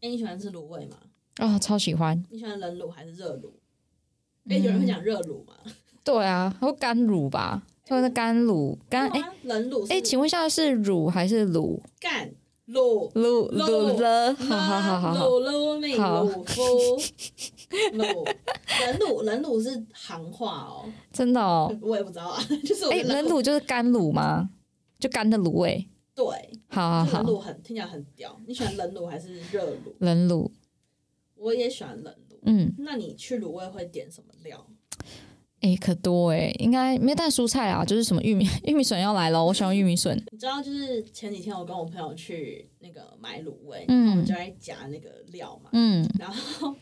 哎、你喜欢吃卤味吗？哦，超喜欢。你喜欢冷卤还是热卤？哎、嗯有人会讲热卤吗？对啊，还有甘乳吧，或者甘乳甘哎干啊冷卤哎，诶是请问一下是乳还是卤干卤卤卤卤了？好好好好好，卤卤米好卤夫卤冷卤冷卤是行话哦，真的哦。我也不知道啊， 就是我哎，觉得冷卤就是甘乳吗？就干的卤味。对，好好就冷好，卤很听起来很屌。你喜欢冷卤还是热卤？冷卤，我也喜欢冷卤。嗯，那你去卤味会点什么料？哎，可多哎，应该没有但蔬菜啊，就是什么玉米 玉米笋要来了，我喜欢玉米笋。你知道，就是前几天我跟我朋友去那个买卤味，嗯然后我就在夹那个料嘛，嗯，然后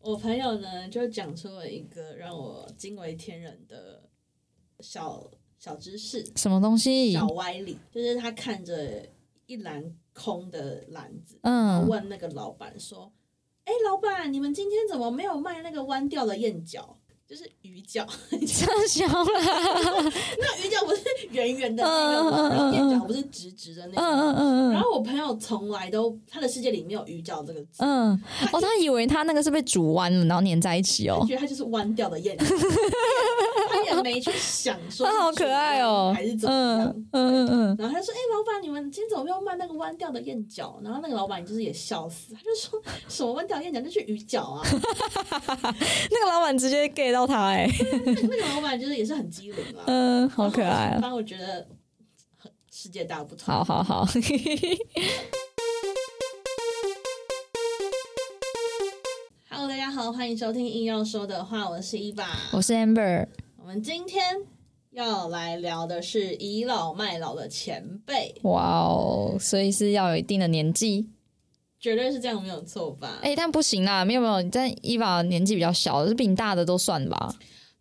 我朋友呢就讲出了一个让我惊为天人的小小知识、什么东西小？歪理，就是他看着一篮空的篮子，然后嗯，问那个老板说：“哎、老板，你们今天怎么没有卖那个弯掉的燕角？就是鱼饺， 真香啦！那鱼饺不是圆圆的那个吗，嗯嗯嗯嗯然后燕饺不是直直的那嗯个吗。嗯嗯然嗯后我朋友从来都他的世界里没有鱼饺这个字，嗯，哦，他以为他那个是被煮弯了，然后粘在一起他哦。觉得他就是弯掉的燕子，他也没去想说他好可爱哦，还是怎么样。嗯嗯嗯然后他说：“哎、老板，你们今天怎么没有卖那个弯掉的燕饺？”然后那个老板就是也笑死，他就说：“什么弯掉燕饺？那是鱼饺啊嗯，那个老板直接 get 到他哎、！”那个老板就是也是很机灵啊，嗯， 好可爱反啊！正我觉得很世界大不同。好好 好， ，Hello，大家好，欢迎收听硬要说的话，我是伊爸，我是 Amber，我们今天要来聊的是倚老卖老的前辈，哇哦，所以是要有一定的年纪，绝对是这样没有错吧？哎、但不行啦，没有没有，但伊娃年纪比较小，是比你大的都算吧，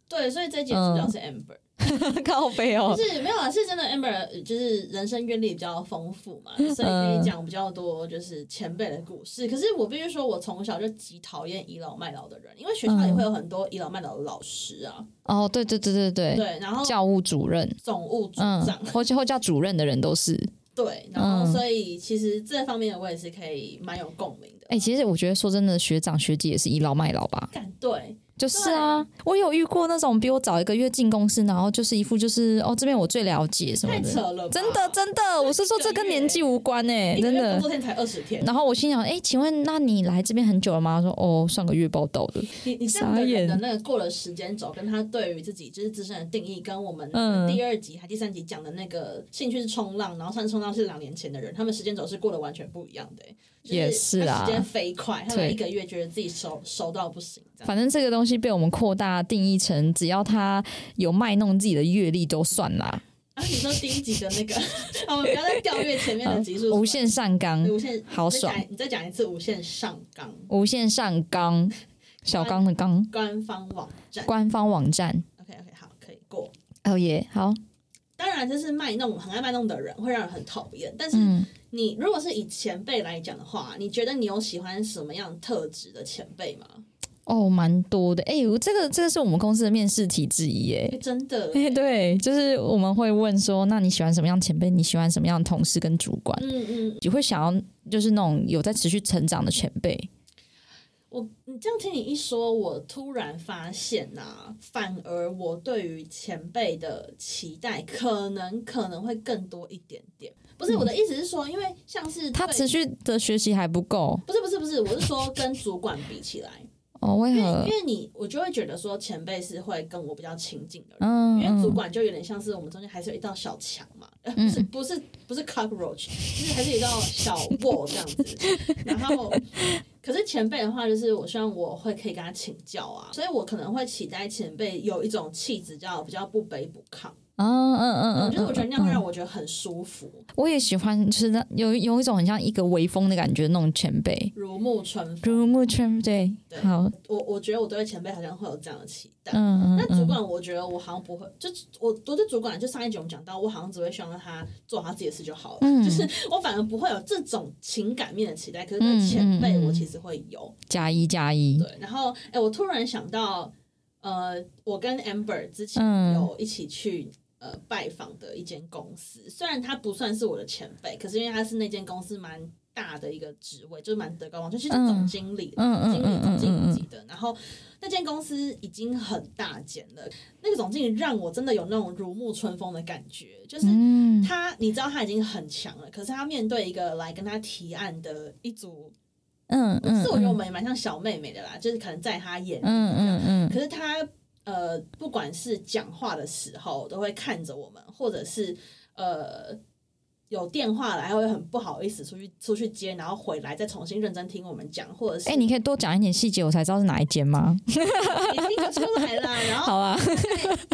对，所以这一集的嗯主角是 Amber，、 靠背哦就，是没有啊，是真的 Amber 呃就是人生阅历比较丰富嘛，嗯所以可以讲比较多就是前辈的故事。可是我必须说，我从小就极讨厌倚老卖老的人，因为学校也会有很多倚老卖老的老师啊，哦，对对对对对，对，然后教务主任，总务组嗯长，，或或叫主任的人都是， 对，然后嗯所以其实这方面我也是可以蛮有共鸣的。哎、其实我觉得说真的，学长学姐也是倚老卖老吧，干对，就是啊，我有遇过那种比我早一个月进公司，然后就是一副就是哦，这边我最了解什么太扯的，了吧，真的真的，我是说这跟年纪无关哎、一个真月工的。作天才二十天，啊然后我心想，哎、请问那你来这边很久了吗？他说哦，上个月报道的。你你这样的傻人眼的那个过了时间轴，跟他对于自己就是自身的定义，跟我们嗯第二集还第三集讲的那个兴趣是冲浪，然后上次冲浪是两年前的人，他们时间轴是过得完全不一样的、欸就是也是他啊时间飞快，他们对一个月觉得自己熟熟到不行，这样反正这个东西被我们扩大定义成，只要他有卖弄自己的阅历都算啦，啊，你说第一集的那个， 啊，我们不要再调阅前面的集数，无限上纲对，无限好爽你再讲你再讲一次无限上纲无限上纲，小纲的纲，官方网站官方网站。 ，OK OK，好，可以过。哦耶，好，当然，这是卖弄很爱卖弄的人，会让人很讨厌。但是嗯，你如果是以前辈来讲的话，你觉得你有喜欢什么样特质的前辈吗？哦，蛮多的。哎、我这个这个是我们公司的面试题之一耶。诶真的，哎、对，就是我们会问说，那你喜欢什么样的前辈？你喜欢什么样的同事跟主管？嗯嗯，你会想要就是那种有在持续成长的前辈？我你这样听你一说，我突然发现呐、反而我对于前辈的期待可能可能会更多一点点。不是我的意思是说，因为像是他对持续的学习还不够不是不是不是，我是说跟主管比起来，哦？为因为何因？为你我就会觉得说前辈是会跟我比较亲近的人。嗯因为主嗯管就有点像是我们中间还是有一道小墙嘛，呃不嗯是不是不是 cockroach，就是还是有一道小 wall 这样子。然后，可是前辈的话，就是我希望我会可以跟他请教啊，所以我可能会期待前辈有一种气质叫比较不卑不亢，嗯嗯嗯嗯，就是我觉得那样嗯会嗯让我觉得很舒服，我也喜欢，就是那有有一种很像一个微风的感觉，那种前辈，如沐春风。如沐春对对，好，我我觉得我对前辈好像会有这样的期待。嗯那嗯主嗯，管，我觉得我好像不会，就我我对主管，就上一集我们讲到，我好像只会希望他做好他自己的事就好了，嗯就是我反而不会有这种情感面的期待。可是嗯对嗯前辈，嗯我其实会有。加一加一，对，然后哎、我突然想到，呃，我跟 Amber 之前嗯有一起去。呃，拜访的一间公司，虽然他不算是我的前辈，可是因为他是那间公司蛮大的一个职位，就是蛮德高望重，其实是总经理，嗯嗯经理嗯总嗯经理嗯级的。然后那间公司已经很大间了，那个总经理让我真的有那种如沐春风的感觉，就是嗯，他，你知道他已经很强了，可是他面对一个来跟他提案的一组，嗯嗯，是我觉得我们也蛮像小妹妹的啦，就是可能在他眼里，嗯嗯嗯可是他呃，不管是讲话的时候都会看着我们，或者是呃有电话来，他会很不好意思出去出去接，然后回来再重新认真听我们讲，或者是哎、你可以多讲一点细节，我才知道是哪一间吗？你 听得出来啦，然后好啊，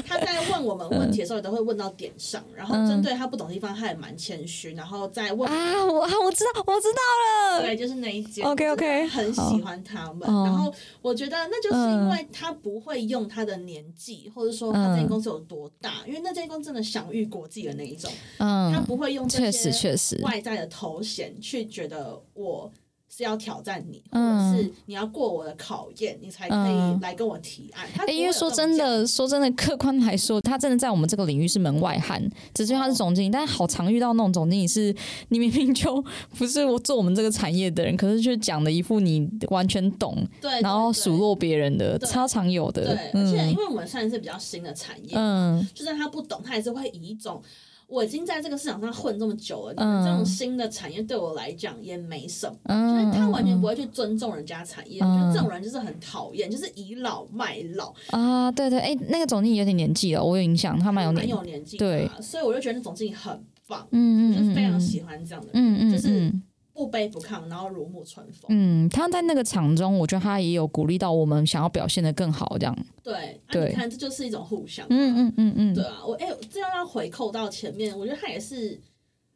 他在问我们问题的时候，也都会问到点上，然后嗯针对他不懂的地方，他也蛮谦虚，然后再问。啊，我啊，我知道，我知道了。对，就是那一间。 OK，OK，我真的很喜欢他们。好嗯然后我觉得那就是因为他不会用他的年纪，或者说嗯他这间公司有多大，因为那间公司真的享誉国际的那一种，他嗯，不会用这确些实确实，外在的头衔去觉得我。是要挑战你，或嗯者是你要过我的考验，你才可嗯以来跟我提案。他不哎、会因为有说这种真讲，的，说真的，客观来说，他真的在我们这个领域是门外汉，只是因为他是总经理，但好常遇到那种总经理是，你明明就不是我做我们这个产业的人，可是却讲的一副你完全懂，对，对然后对数落别人的，对超常有对，的。而且因嗯为我们算是比较新的产业，嗯就算他不懂，他也是会以一种我已经在这个市场上混这么久了，你嗯们这种新的产业对我来讲也没什么，就嗯，是他嗯完全嗯不会去尊重人家产业，嗯我觉得这种人就是很讨厌，就是倚老卖老，啊，对对，哎、那个总经理有点年纪了，我有印象，他蛮有蛮年纪，有年纪的啊，所以我就觉得那总经理很棒，我嗯就是嗯非常嗯喜欢这样的人，嗯嗯，就是嗯不卑不亢，然后如沐春风。嗯，他在那个场中，我觉得他也有鼓励到我们想要表现的更好，这样。对，啊，对你看这就是一种互相，嗯嗯嗯嗯，对啊，我哎、这样要回扣到前面，我觉得他也是，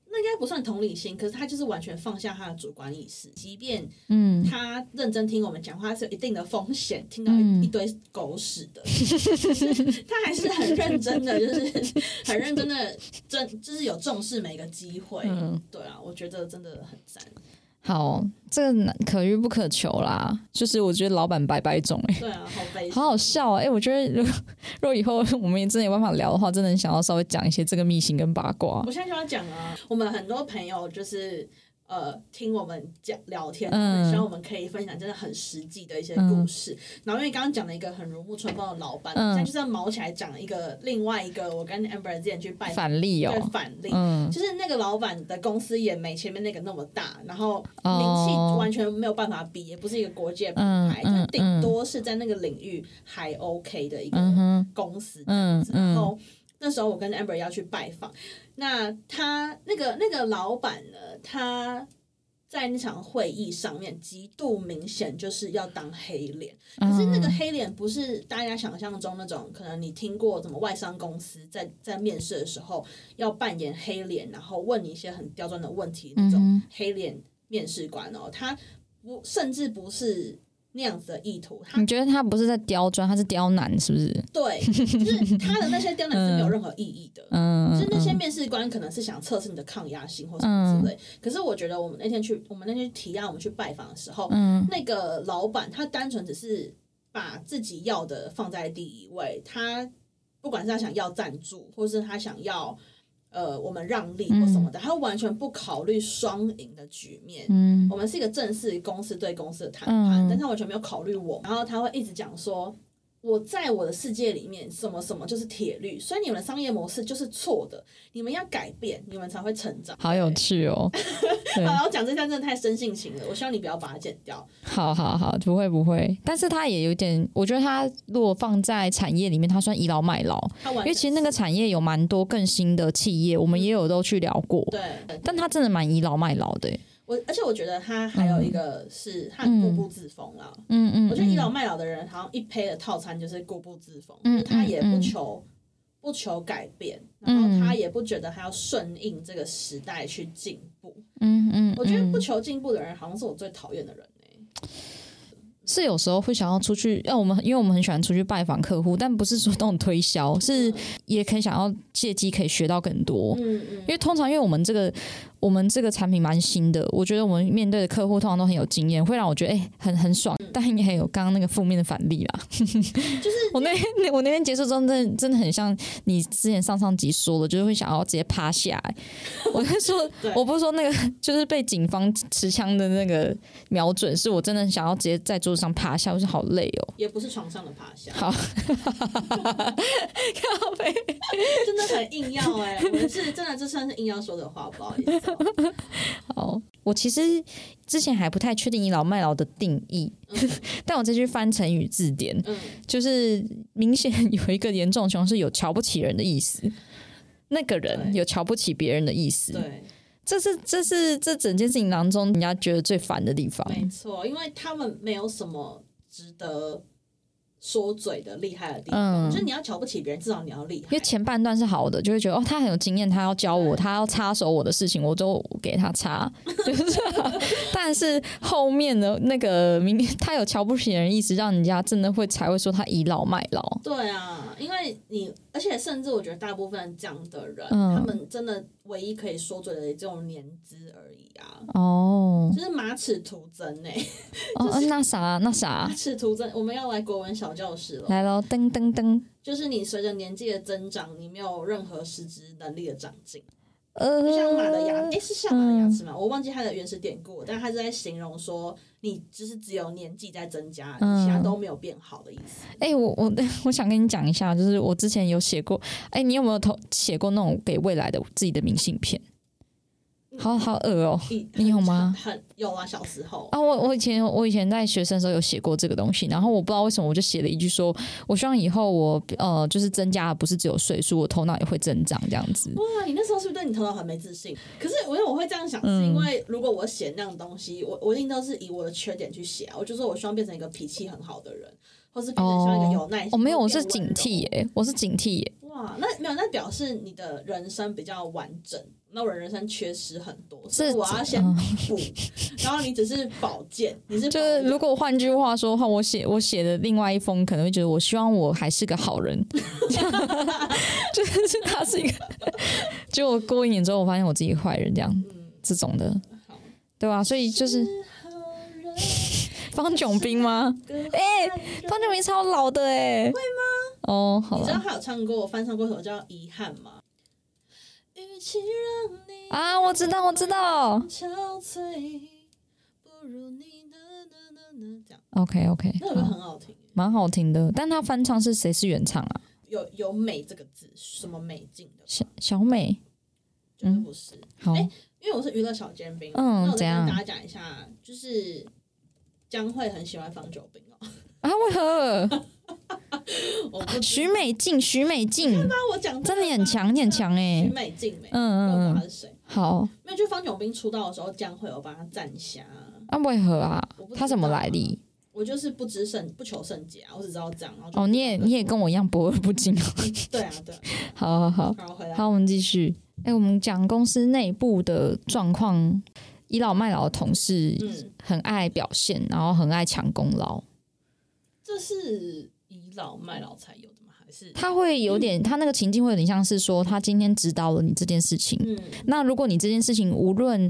那应该不算同理心，可是他就是完全放下他的主观意识，即便嗯，他认真听我们讲话是有一定的风险，听到一,、嗯一堆狗屎的， 他还是很认真的，就是很认真的，真就是有重视每个机会。嗯对啊，我觉得真的很赞。好，这个难可遇不可求啦。就是我觉得老板白白种、欸，对啊，好悲伤好。好笑啊、哎、我觉得如果 如果以后我们也真的有办法聊的话，真的很想要稍微讲一些这个秘辛跟八卦我。现在就要讲啊，我们很多朋友就是呃听我们讲聊天，嗯希望我们可以分享真的很实际的一些故事。然后因为刚刚讲了一个很如沐春风的老板，嗯现在就是要毛起来讲一个另外一个我跟 Amber 之前去拜反例对哦，反例。嗯，就是那个老板的公司也没前面那个那么大，然后名气哦完全没有办法比，也不是一个国际的品嗯牌，嗯就顶嗯多是在那个领域还 OK 的一个嗯哼，公司这样嗯子。然嗯后那时候我跟 Amber 要去拜访，那他那个那个老板呢，他在那场会议上面极度明显就是要当黑脸，嗯可是那个黑脸不是大家想象中那种，可能你听过什么外商公司在在面试的时候要扮演黑脸，然后问你一些很刁钻的问题那种嗯黑脸面试官哦，他不甚至不是那样子的意图，他你觉得他不是在刁钻，他是刁难，是不是？对，就是他的那些刁难是没有任何意义的。嗯，就是那些嗯面试官可能是想测试你的抗压性或什么之类，可是我觉得我们那天去，我们那天去提案，我们去拜访的时候，嗯那个老板他单纯只是把自己要的放在第一位，他不管是他想要赞助，或是他想要呃我们让利或什么的，他完全不考虑双赢的局面。嗯我们是一个正式公司对公司的谈判，嗯但他完全没有考虑我。然后他会一直讲说，我在我的世界里面，什么什么就是铁律，所以你们的商业模式就是错的，你们要改变，你们才会成长。好有趣哦。对好，然后讲这段真的太深性情了，我希望你不要把它剪掉。好好好，不会不会，但是他也有点，我觉得他如果放在产业里面，他算倚老卖老，他完因全为其实那个产业有蛮多更新的企业，我们也有都去聊过，嗯对但他真的蛮倚老卖老的欸、我，而且我觉得他还有一个是他很固步自封啦。嗯嗯，我觉得倚老嗯卖老的人，好像一胚的套餐就是固步自封，嗯就是他也不嗯嗯求、不求改变，然嗯后他也不觉得他要顺应这个时代去进步。嗯嗯，我觉得不嗯求进步的人，好像是我最讨厌的人哎、是有时候会想要出去，要我们因为我们很喜欢出去拜访客户，但不是说那种推销，是也可以想要借机可以学到更多。嗯嗯嗯因为通常因为我们这个，我们这个产品蛮新的，我觉得我们面对的客户通常都很有经验，会让我觉得哎、很很爽，但也有刚刚那个负面的反例啦。嗯 就是 我那天我那天结束之后，真的真的很像你之前上上集说的，就是会想要直接趴下来。我是说 对，我不是说那个，就是被警方持枪的那个瞄准，是我真的想要直接在桌子上趴下，我是好累 哦。也不是床上的趴下，好，咖啡，真的很硬要哎、我们是真的这算是硬要说的话，不好意思、哦。好，我其实之前还不太确定倚老卖老的定义，嗯 但我这句翻成语字典，嗯，就是明显有一个严重穷是有瞧不起人的意思。那个人对有瞧不起别人的意思， 对，这是这是这整件事情当中，人家觉得最烦的地方。没错，因为他们没有什么值得说嘴的厉害的地方，嗯就是你要瞧不起别人，至少你要厉因害为。前半段是好的，就会觉得哦，他很有经验，他要教我，对他要插手我的事情，我都给他插， 就是这样。但是后面的那个明明他有瞧不起人的意思，让人家真的会才会说他倚老卖老。对啊，因为你，而且甚至我觉得大部分这样的人，嗯他们真的唯一可以说嘴的这种年资而已啊，哦就是马齿徒增哎、哦，嗯那啥那啥马，齿徒增，我们要来国文小教室了。来喽，噔噔噔，就是你随着年纪的增长，你没有任何实质能力的长进，呃，就像马的牙，诶，是像马的牙齿吗？我忘记它的原始典故，但它是在形容说你就是只有年纪在增加，嗯你其他都没有变好的意思。哎、我 我我想跟你讲一下，就是我之前有写过，哎、你有没有投写过那种给未来的自己的明信片？好好恶哦、你你有吗很很有啊，小时候啊，我我以前我以前在学生的时候有写过这个东西，然后我不知道为什么我就写了一句说，我希望以后我呃就是增加的不是只有岁数，我头脑也会增长这样子。哇，你那时候是不是对你头脑很没自信？可是我因为我会这样想，嗯是因为如果我写那样东西，我我一定都是以我的缺点去写啊。我就说我希望变成一个脾气很好的人，或是变成像一个有耐心。哦，没有，我是变温警柔惕耶、我是警惕耶、哇，那没有，那表示你的人生比较完整。那我的人生缺失很多，所是以我要先嗯补，然后你只是保健，你是就是保如果换句话说的话，我写我写的另外一封可能会觉得我希望我还是个好人， 就是他是一个，结果过一年之后我发现我自己是坏人这样嗯这种的，好对吧、所以就是好人方炯斌吗？跟哎、坏人啊方炯斌超老的哎、会吗？哦，好你知道了他有唱过翻唱过一首叫《遗憾》吗？与其让你啊，我知道，我知道。憔悴，不如你呐呐呐呐这样， OK OK，那首歌很好听。蛮好听的。但他翻唱是谁是原唱啊？有有美这个字，什么美境的，小小美。绝对不是。嗯好，哎因为我是娱乐小尖兵，那嗯我怎再样跟大家讲一下，就是江蕙很喜欢方九兵哦， 啊，为何？我不知许美静，许美静，道我讲啊真的你很强，你很强哎、徐美静没？嗯我不知道嗯嗯，他是谁。好。没有，就方九兵出道的时候，江蕙有帮他站下，啊，为何啊我不知道？他怎么来历？我就是不知圣不求甚解啊，我只知道这样。然后就哦，你也你也跟我一样博而不精。 对啊对啊，好好 好，然后回来好，我们继续。哎、我们讲公司内部的状况，倚老卖老的同事嗯很爱表现，然后很爱抢功劳。这是倚老卖老才有的吗？还是他会有点，嗯他那个情境会有点像是说，他今天指导了你这件事情。嗯那如果你这件事情无论，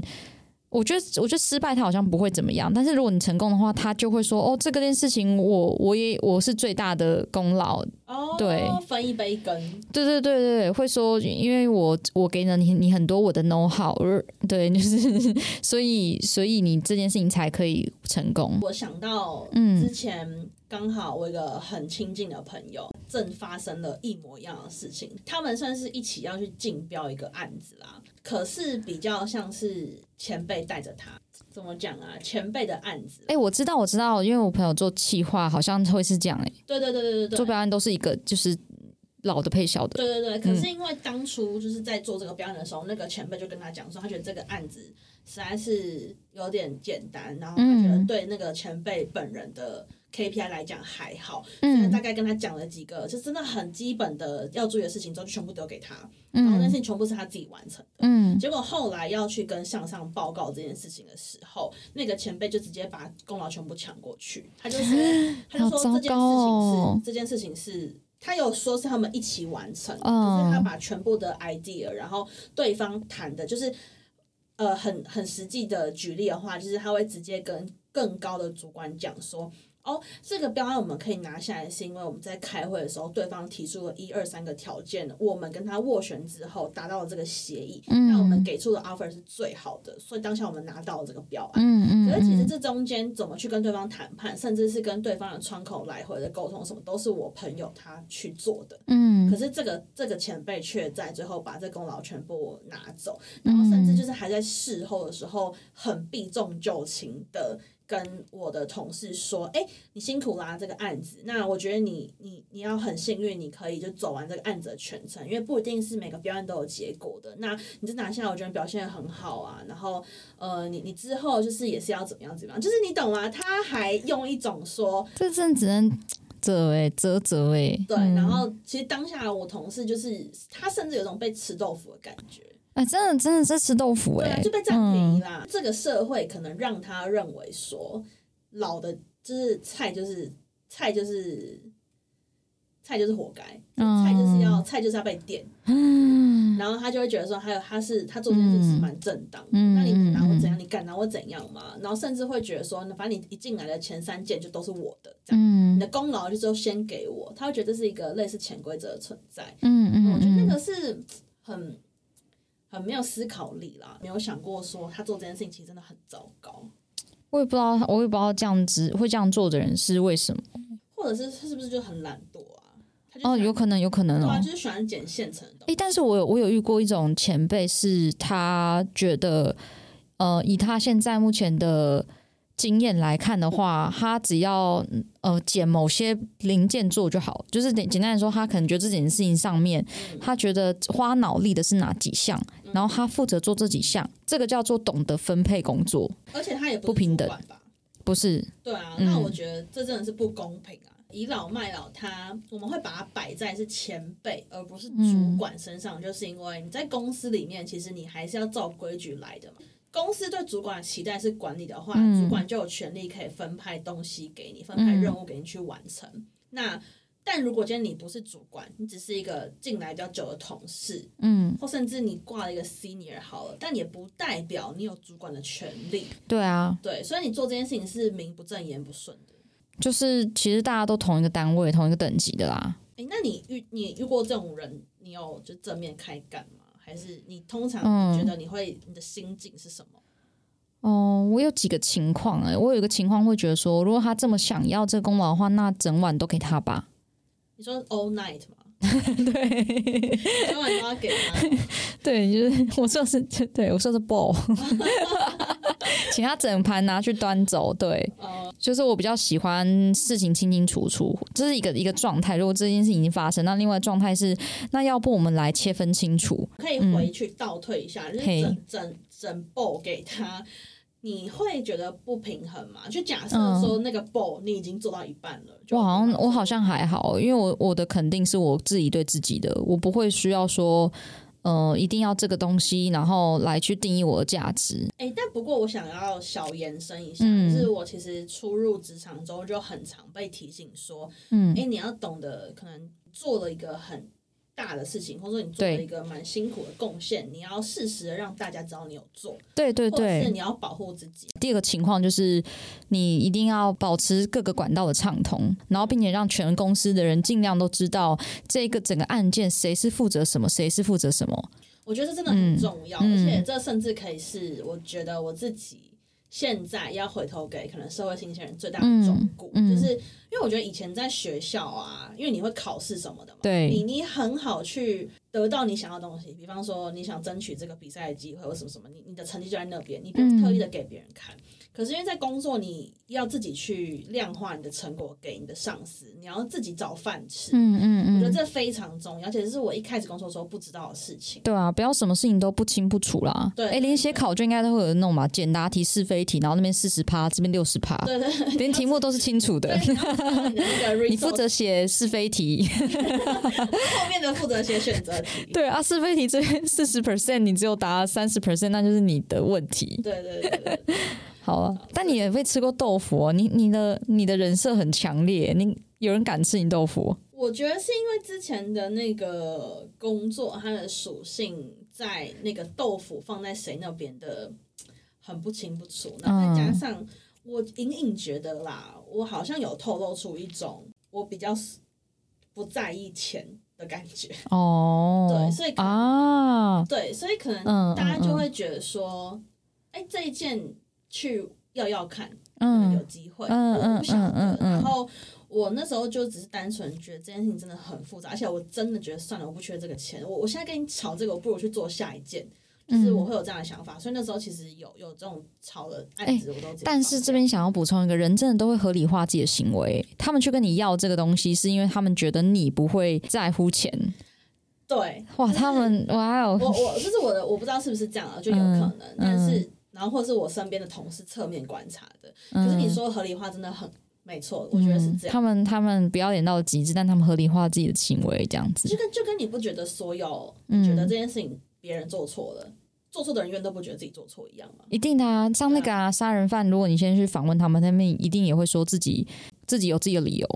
我觉得我觉得失败他好像不会怎么样，但是如果你成功的话，他就会说哦，这个件事情我我也我是最大的功劳。哦对分一杯羹，对对对对对，会说因为我我给了你你很多我的 know how，而对，就是 所以所以你这件事情才可以成功。我想到，嗯之前刚好我一个很亲近的朋友，正发生了一模一样的事情。他们算是一起要去竞标一个案子啦，可是比较像是前辈带着他，怎么讲啊？前辈的案子，哎、我知道我知道，因为我朋友做企划好像会是这样哎、对对对对对做对。表演都是一个就是老的配小的。对对对，可是因为当初就是在做这个表演的时候，那个前辈就跟他讲说，他觉得这个案子实在是有点简单，然后他觉得嗯对那个前辈本人的 KPI 来讲还好，那大嗯概跟他讲了几个，就真的很基本的要注意的事情之后，就全部丢给他，然后那件事嗯情全部是他自己完成的。嗯，结果后来要去跟向上报告这件事情的时候，那个前辈就直接把功劳全部抢过去，他就说，他就说啊好这件事情糟是、糕哦这件事情是。他有说是他们一起完成的，嗯就是他把全部的 idea，然后对方谈的，就是呃很很实际的举例的话，就是他会直接跟更高的主管讲说。哦，这个标案我们可以拿下来，是因为我们在开会的时候，对方提出了一二三个条件，我们跟他斡旋之后达到了这个协议，嗯那我们给出的 offer 是最好的，所以当下我们拿到了这个标案。嗯嗯，可是其实嗯这中间怎么去跟对方谈判，甚至是跟对方的窗口来回的沟通，什么都是我朋友他去做的。嗯，可是这个这个前辈却在最后把这功劳全部拿走，然后甚至就是还在事后的时候很避重就轻的跟我的同事说：“哎、你辛苦啦、这个案子。那我觉得你你你要很幸运，你可以就走完这个案子的全程，因为不一定是每个标案都有结果的。那你这拿下来，我觉得表现的很好啊。然后呃，你你之后就是也是要怎么样怎么样，就是你懂吗？他还用一种说。”这真的只能折哎折折哎，对，嗯然后其实当下我同事就是他，甚至有种被吃豆腐的感觉，哎，真的真的是吃豆腐对哎、啊，嗯就被占便宜啦。这个社会可能让他认为说，老的就是菜就是菜就是菜就是活该，嗯菜就是要菜就是要被点，然后他就会觉得说，还有他是他做这件事是蛮正当的，嗯那你嗯拿我怎样，你敢拿我怎样嘛？然后甚至会觉得说，反正你一进来的前三件就都是我的，这样、你嗯的功劳就都先给我，他会觉得这是一个类似潜规则的存在。嗯嗯，我觉得那嗯个是很很没有思考力啦，没有想过说他做这件事情其实真的很糟糕，我也不知道，我也不知道这样子会这样做的人是为什么或者是他是不是就很懒惰啊？他就哦，喜欢有可能有可能对哦啊，，就是喜欢捡现成的东诶，西。但是我有我有遇过一种前辈，是他觉得，呃，以他现在目前的经验来看的话，他只要呃捡某些零件做就好，就是简简单来说，他可能觉得这件事情上面，他觉得花脑力的是哪几项，然后他负责做这几项，这个叫做懂得分配工作，而且他也不不是平等主管吧？不是？对啊，嗯那我觉得这真的是不公平啊！倚老卖老他，我们会把它摆在是前辈而不是主管身上，就是因为你在公司里面，其实你还是要照规矩来的嘛。公司对主管的期待是管理的话，嗯主管就有权利可以分派东西给你，分派任务给你去完成。那但如果今天你不是主管，你只是一个进来比较久的同事，嗯，或甚至你挂了一个 senior 好了，但也不代表你有主管的权利。对啊，对，所以你做这件事情是名不正言不顺的。就是其实大家都同一个单位、同一个等级的啦。哎，那你遇你遇过这种人，你有就正面开干吗？还是你通常嗯你觉得你会、你的心境是什么？哦，我有几个情况哎、我有一个情况会觉得说，如果他这么想要这个功劳的话，那整晚都给他吧。你说 all night 吗？ 对，昨晚都要给他，对，就是 我说是，对我说是 ball，请他整盘拿去端走。对，呃，就是我比较喜欢事情清清楚楚，这是一个一个状态。如果这件事已经发生，那另外状态是，那要不我们来切分清楚？可以回去倒退一下，就是嘿整整整 ball 给他，你会觉得不平衡吗？就假设嗯说那个 ball 你已经做到一半了，就我好像没办法我好像还好，因为我我的肯定是我自己对自己的，我不会需要说，呃，一定要这个东西，然后来去定义我的价值。哎、但不过我想要小延伸一下，嗯就是我其实初入职场之后就很常被提醒说，嗯哎、你要懂得可能做了一个很大的事情，或者说你做对了一个蛮辛苦的贡献，你要适时的让大家知道你有做，对对或者是对。你要保护自己。第二个情况就是，你一定要保持各个管道的畅通，然后并且让全公司的人尽量都知道这个整个案件谁是负责什么，谁是负责什么。我觉得这真的很重要，嗯而且这甚至可以是我觉得我自己现在要回头给可能社会新鲜人最大的忠告，嗯嗯就是因为我觉得以前在学校啊，因为你会考试什么的嘛，对你你很好去得到你想要的东西，比方说你想争取这个比赛的机会或什么什么，你你的成绩就在那边，你不用特意的给别人看。可是因为在工作，你要自己去量化你的成果给你的上司，你要自己找饭吃。嗯我觉得嗯嗯，这非常重要，而且这是我一开始工作的时候不知道的事情。对啊，不要什么事情都不清不楚啦。对哎，连写考卷应该都会有人弄嘛，简答题、是非题，然后那边四十趴，这边六十趴，对对对连题目都是清楚的。对，然后 你的那个你负责写是非题， resource，后面的负责写选择题。对啊，是非题这边四十 percent，你只有答三十 percent，那就是你的问题。对对对对对，好了，但你也被吃过豆腐哦，你你的你的人设很强烈，你有人敢吃你豆腐？我我觉得是因为之前的那个工作，它的属性在那个豆腐放在谁那边的很不清不楚，然后再嗯加上我隐隐觉得啦，我好像有透露出一种我比较不在意钱的感觉， 哦，对所以可能啊，对，所以可能嗯大家就嗯嗯会觉得说，哎、这一件去要要看，可能有嗯机会，嗯我不晓得。嗯嗯嗯然后我那时候就只是单纯觉得这件事情真的很复杂，而且我真的觉得算了，我不缺这个钱，我我现在跟你吵这个，我不如去做下一件。就是我会有这样的想法，所以那时候其实有有这种吵的案子，我都直接哎但放是掉这边想要补充一个人，真的都会合理化自己的行为。他们去跟你要这个东西，是因为他们觉得你不会在乎钱。对哇，就是他们哇我哦，我这是我的，我不知道是不是这样啊，就有可能，嗯但是然后或者是我身边的同事侧面观察的，可是你说合理化真的很没错，我觉得是这样。嗯他们他们不要脸到极致，但他们合理化自己的行为，这样就子。跟就跟你不觉得所有嗯你觉得这件事情别人做错了，做错的人永远都不觉得自己做错一样嘛。一定的啊，像那个啊，杀人犯，如果你先去访问他们，他们一定也会说自己自己有自己的理由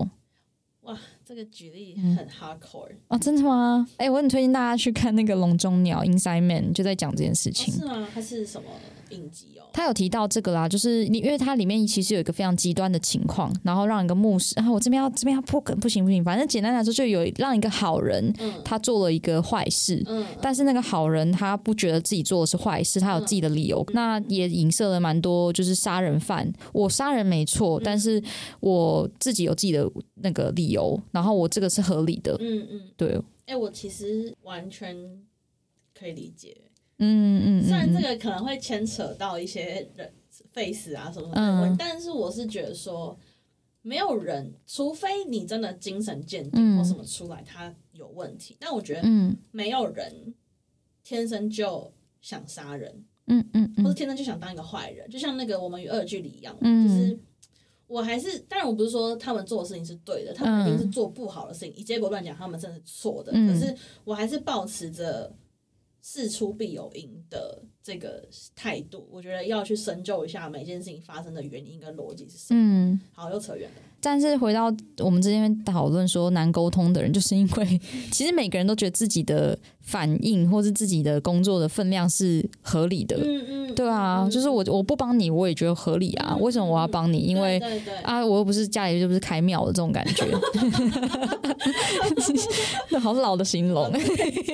这个举例嗯很 hardcore，、啊，真的吗？哎、我很推荐大家去看那个《笼中鸟》（Inside Man），就在讲这件事哦情。是吗？它是什么影集哦？他有提到这个啦，就是你，因为它里面其实有一个非常极端的情况，然后让一个牧师，啊，我这边要这边要破梗，不行不行，反正简单来说，就有让一个好人嗯他做了一个坏事，嗯，但是那个好人他不觉得自己做的是坏事，他有自己的理由。嗯那也影射了蛮多，就是杀人犯，我杀人没错，但是我自己有自己的那个理由，然后我这个是合理的，嗯嗯，对，哎、我其实完全可以理解，嗯嗯虽然这嗯个可能会牵扯到一些人 face 啊什么的，嗯但是我是觉得说。没有人，除非你真的精神鉴定嗯或什么出来，他有问题。但我觉得嗯没有人天生就想杀人，嗯嗯或嗯是天生就想当一个坏人，就像那个我们与恶的距离一样，嗯就是我还是，当然我不是说他们做的事情是对的，他们一定是做不好的事情，以结果论讲，他们真的是错的。嗯可是我还是保持着事出必有因的这个态度，我觉得要去深究一下每件事情发生的原因跟逻辑是什么。嗯。好，又扯远了，但是回到我们之前讨论说难沟通的人，就是因为其实每个人都觉得自己的反应或是自己的工作的分量是合理的，嗯嗯，对啊，嗯就是我我不帮你，我也觉得合理啊，为什么我要帮你？因为对对对啊，我又不是家里又不是开庙的这种感觉， 那好老的形 容。哎、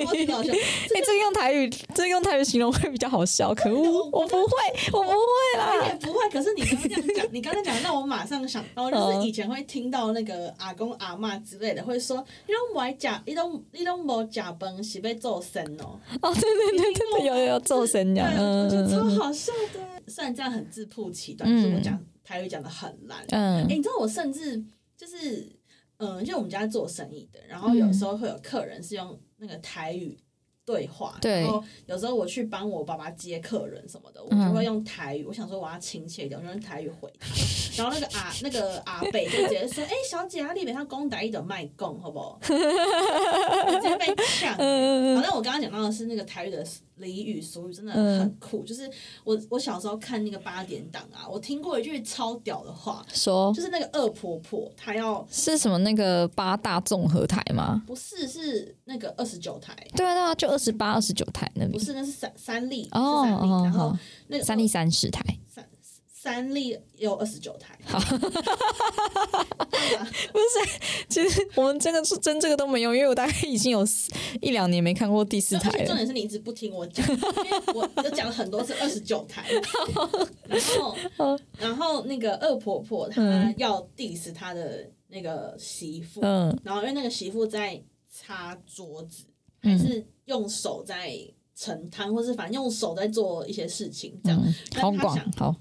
超级 搞笑，这个用台语，这个用台语形容会比较好笑。可恶，我不会，我不会啦。我也不会，可是你刚刚这样讲，你 刚刚讲让我马上想到，就是以前会听到那个阿公阿嬷之类的会说，你都买假，你都你都无假崩是被揍生哦。哦，对对对对对，有有有，做神对，啊娘，我嗯觉得超嗯好笑的。虽然这样很自曝其短，可是我讲台语讲的很烂。哎、嗯嗯你知道我甚至就是，嗯，就我们家做生意的，然后嗯有时候会有客人是用那个台语。对话，对然后有时候我去帮我爸爸接客人什么的，我就嗯会用台语。我想说我要亲切一点，我就用台语回他。然后那个阿那个阿北就直接说：“哎、小姐，啊，你别上公台语的卖供，好不 好？”我直接被呛。嗯反嗯正我刚刚讲到的是那个台语的俚语俗语，真的很嗯酷。就是我我小时候看那个八点档啊，我听过一句超屌的话，哎说就是那个恶婆婆，她要是什么那个八大综合台吗？不是是那个二十九台，对啊，对啊，就二十八、二十九台那不里。是那是三三立，是哦三立，哦然后好，那个三立三十台，三三立也有二十九台，其实我们真的是真这个都没有，因为我大概已经有四一两年没看过第四而台且重了。点是你一直不听我讲，因为我我讲了很多次二十九 台，然后然后那个恶婆婆她嗯要 diss 她的那个媳妇，嗯然后因为那个媳妇在擦桌子，嗯还是用手在盛汤，或是反正用手在做一些事情这样。嗯，但好他广想，好，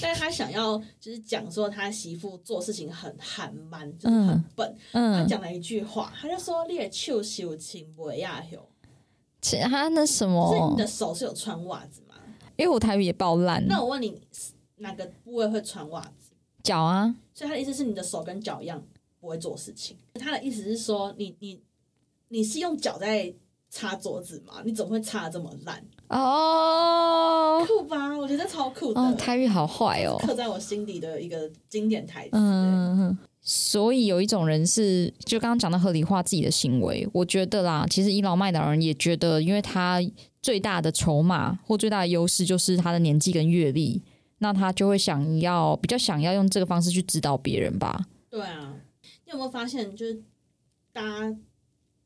但是他想要就是讲说他媳妇做事情很含慢，就是很嗯笨。他嗯，讲了一句话，他就说：“你的手是有穿袜呀哟，其他那什就是么你的，手是有穿袜子吗？”因为我台语也爆烂，那我问你，哪个部位会穿袜子？脚啊，所以他的意思是你的手跟脚一样不会做事情。他的意思是说，你你你是用脚在擦桌子吗？你怎么会擦得这么烂？哦酷吧？我觉得超酷的，哦，台语好坏哦，刻在我心底的一个经典台词。嗯，嗯嗯所以有一种人是，就刚刚讲到合理化自己的行为，我觉得啦，其实倚老卖老人也觉得，因为他最大的筹码或最大的优势就是他的年纪跟阅历，那他就会想要比较想要用这个方式去指导别人吧。对啊，你有没有发现，就是大家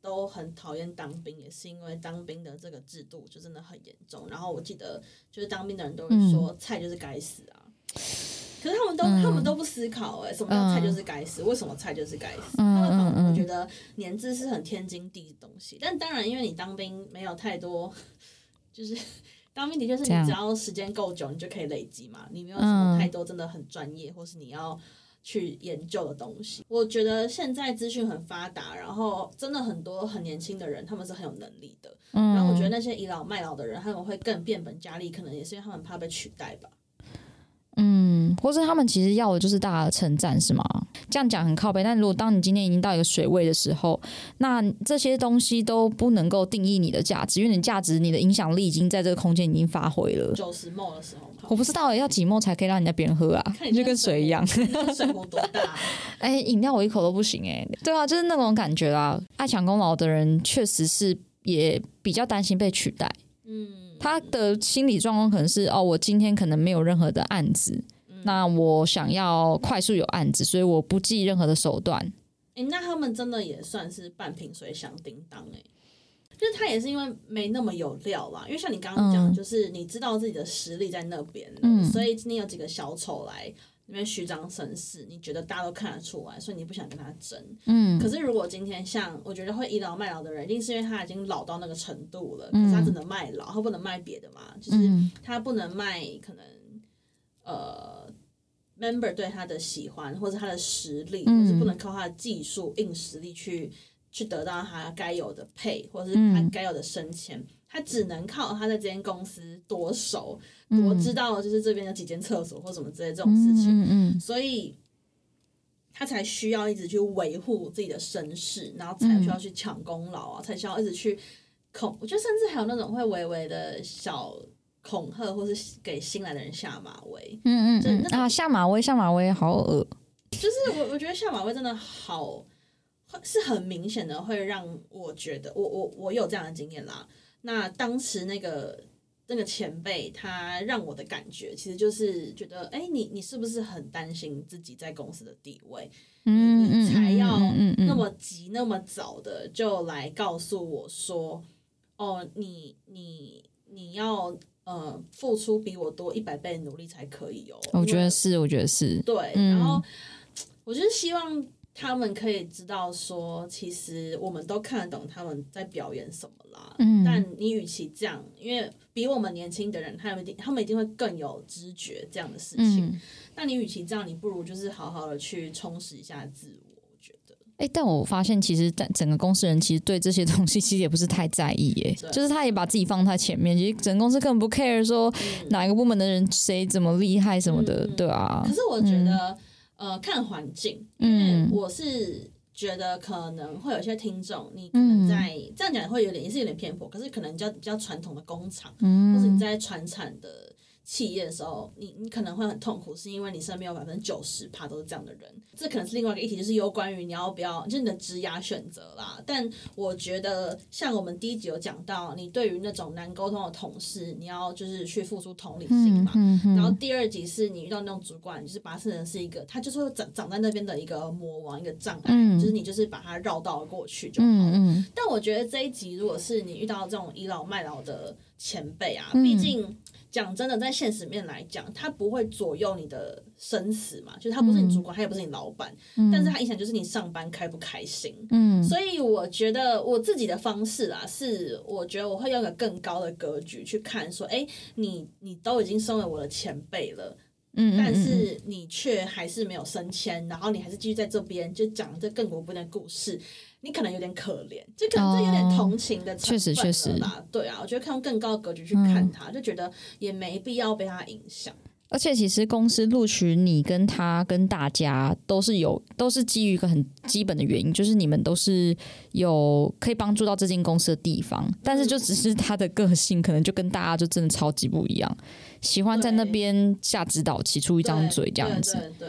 都很讨厌当兵，也是因为当兵的这个制度就真的很严重。然后我记得，就是当兵的人都会说，菜就是该死啊。可是他们都、嗯他们都不思考哎、什么叫菜就是该死？为什么菜就是该死？嗯他们反嗯嗯而觉得年资是很天经地义的东西。但当然，因为你当兵没有太多，就是 当兵的确是这你样只要时间够久，你就可以累积嘛。你没有什么嗯太多真的很专业，或是你要去研究的东西。我觉得现在资讯很发达，然后真的很多很年轻的人，他们是很有能力的。嗯，然后我觉得那些倚老卖老的人，他们会更变本加厉，可能也是因为他们怕被取代吧。嗯，或是他们其实要的就是大家的称赞，是吗？这样讲很靠背，但如果当你今天已经到一个水位的时候，那这些东西都不能够定义你的价值，因为你的价值、你的影响力已经在这个空间已经发挥了。九十梦的时候，我不知道、欸、要几沫才可以让人家别人喝 啊，看你就跟水一样。那 水壶多大、啊？哎、饮料我一口都不行哎、对啊，就是那种感觉啦。爱抢功劳的人确实是也比较担心被取代，嗯，他的心理状况可能是哦，我今天可能没有任何的案子，嗯那我想要快速有案子，所以我不计任何的手段。诶，那他们真的也算是半瓶水响叮当哎、就是他也是因为没那么有料吧，因为像你刚刚讲，嗯就是你知道自己的实力在那边了，嗯所以今天有几个小丑来那边虚张声势，你觉得大家都看得出来，所以你不想跟他争。嗯可是如果今天像我觉得会倚老卖老的人，一定是因为他已经老到那个程度了，可嗯是他只能卖老，他不能卖别的嘛，就是嗯他不能卖可能呃 member 对他的喜欢，或者他的实力，嗯或是不能靠他的技术硬实力去去得到他该有的配，或者是他嗯该有的升迁。他只能靠他在这间公司多熟，嗯多知道就是这边有几间厕所或什么之类这种事嗯情，嗯嗯，所以他才需要一直去维护自己的身世，然后才需要去抢功劳啊，才需要一直去恐。我觉得甚至还有那种会微微的小恐吓，或是给新来的人下马威。嗯嗯就嗯那种啊，下马威，下马威，好恶。就是我我觉得下马威真的好，是很明显的会让我觉得，我我我有这样的经验啦。那当时那个。那个前辈他让我的感觉，其实就是觉得，哎、你你是不是很担心自己在公司的地位？嗯你才要嗯那么急、那么早的就来告诉我说，哦，你你你要呃付出比我多一百倍的努力才可以哦。我觉因得为是，我觉得是，对，嗯然后我就是希望他们可以知道说，其实我们都看得懂他们在表演什么啦。嗯但你与其这样，因为比我们年轻的人，他们一定他们一定会更有知觉这样的事情。嗯。那你与其这样，你不如就是好好的去充实一下自我。我觉得，哎、但我发现其实但整个公司人其实对这些东西其实也不是太在意、耶，对就是他也把自己放在前面，其实整个公司根本不 care 说嗯哪一个部门的人谁怎么厉害什么的，嗯嗯对啊可，是我觉得，呃，看环境，嗯因为我是觉得可能会有一些听众，你可能在、嗯这样讲会有点也是有点偏颇，可是可能比较比较传统的工厂，或是你嗯在传产的企业的时候，你你可能会很痛苦，是因为你身边有百分之九十趴都是这样的人。这可能是另外一个议题，就是有关于你要不要，就是你的职涯选择啦。但我觉得，像我们第一集有讲到，你对于那种难沟通的同事，你要就是去付出同理心嗯嘛。嗯嗯，然后第二集是你遇到那种主管，就是八四人是一个，他就是会长长在那边的一个魔王，一个障碍，嗯就是你就是把他绕道过去就好了。嗯嗯，但我觉得这一集，如果是你遇到这种倚老卖老的前辈啊，嗯毕竟讲真的，在现实面来讲，他不会左右你的生死嘛，就是他不是你主管，他也不是你老板，嗯但是他影响就是你上班开不开心。嗯所以我觉得我自己的方式啊，是我觉得我会用一个更高的格局去看，说，哎，你你都已经身为我的前辈了，嗯，但嗯是你却还是没有升迁，然后你还是继续在这边就讲这亘古不变的故事，你可能有点可怜，这可能这有点同情的成确实分嗯确实了啦。对啊，我觉得看用更高的格局去看他，就觉得也没必要被他影响。而且其实公司录取你跟他跟大家都是有都是基于一个很基本的原因，就是你们都是有可以帮助到这间公司的地方，但是就只是他的个性可能就跟大家就真的超级不一样，喜欢在那边下指导棋出一张嘴这样子。对对对对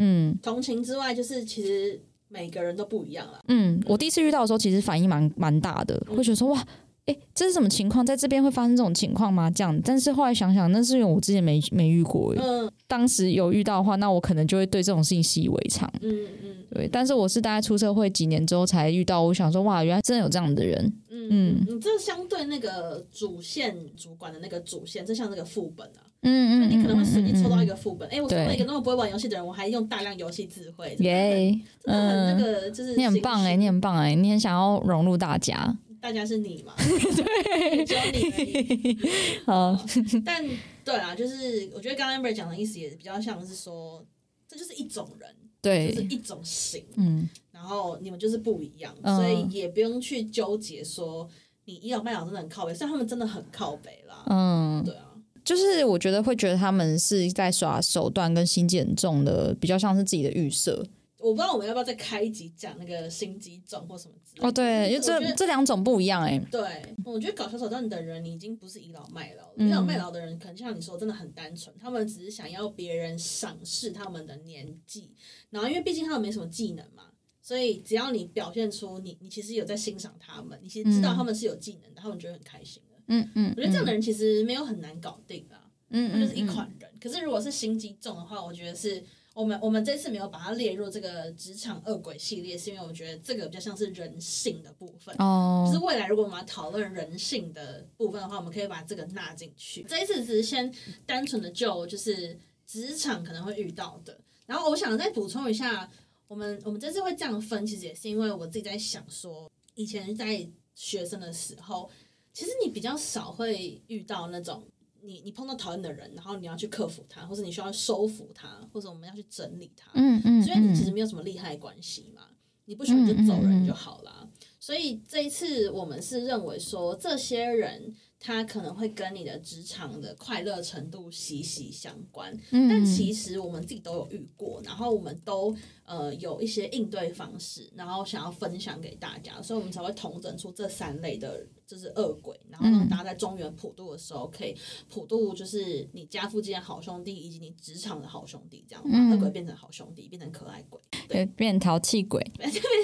嗯同情之外，就是其实每个人都不一样了。嗯，我第一次遇到的时候，其实反应蛮蛮大的，会觉得说哇。诶，这是什么情况？在这边会发生这种情况吗？这样，但是后来想想，那是因为我之前没没遇过，诶嗯当时有遇到的话，那我可能就会对这种事情习以为常。嗯嗯对，但是我是大概出社会几年之后才遇到，我想说哇，原来真的有这样的人。嗯嗯，这相对那个主线主管的那个主线，这像那个副本啊，嗯你可能会随嗯机抽到一嗯个副本。哎，我身为一个那么不会玩游戏的人，我还用大量游戏智慧，嗯耶，真的很那嗯，个就是你很棒哎、你很棒哎、你很想要融入大家。 大家是你 嘛，对，只有你而已。好，但对啊，就是我觉得刚刚 Amber 讲的意思也比较像是说，这就是一种人，就是对，一种型，嗯，然后你们就是不一样，嗯所以也不用去纠结说你倚老卖老真的很靠北，虽然他们真的很靠北啦，嗯，对啊，就是我觉得会觉得他们是在耍手段跟心机很重的，比较像是自己的预设。我不知道我们要不要再开一集讲那个心机重或什么之类的哦，对，因为就是嗯我觉这得这两种不一样哎、对，我觉得搞小手段的人，你已经不是倚老卖老了。嗯倚老卖老的人，可能像你说，真的很单纯，他们只是想要别人赏识他们的年纪，然后因为毕竟他们没什么技能嘛，所以只要你表现出你，你其实有在欣赏他们，你其实知道嗯他们是有技能的，他们觉得很开心的。嗯嗯，我觉得这样的人其实没有很难搞定啊，嗯，嗯他嗯，就是一款人。可是如果是心机重的话，我觉得是。我们我们这次没有把它列入这个职场恶鬼系列，是因为我觉得这个比较像是人性的部分。就哦是，未来如果我们要讨论人性的部分的话，我们可以把这个纳进去。这一次只是先单纯的就就是职场可能会遇到的，然后我想再补充一下，我们我们这次会这样分，其实也是因为我自己在想说，以前在学生的时候，其实你比较少会遇到那种。你你碰到讨厌的人，然后你要去克服他，或者你需要收服他，或者我们要去整理他。嗯嗯，所以你其实没有什么利害关系嘛，你不喜欢就走人就好啦。嗯所以这一次我们是认为说，这些人他可能会跟你的职场的快乐程度息息相关，嗯，但嗯其实我们自己都有遇过，然后我们都呃有一些应对方式，然后想要分享给大家，所以我们才会统整出这三类的，就是恶鬼，然后嗯让大家在中原普渡的时候可以普渡，就是你家附近的好兄弟以及你职场的好兄弟，这样把嗯恶鬼变成好兄弟，变成可爱鬼， 对变淘气鬼，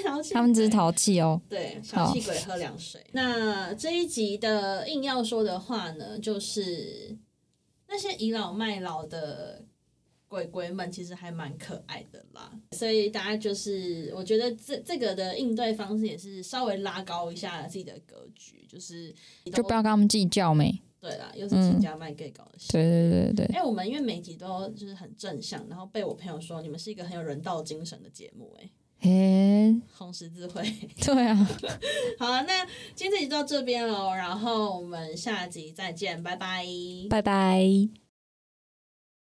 小气他们只是淘气哦。对小气鬼喝凉水。那这一集的硬要说的话呢，就是那些倚老卖老的鬼鬼们其实还蛮可爱的啦，所以大家就是我觉得这这个的应对方式也是稍微拉高一下自己的格局，就是就不要跟他们计较没。对啦，又是请家卖 gay 搞的事。对对对嗯对对，哎、我们因为每集都就是很正向，然后被我朋友说你们是一个很有人道精神的节目、哎，诶、红十字会。对啊，好啊，那今天这集就到这边喽，然后我们下集再见，拜拜。拜拜。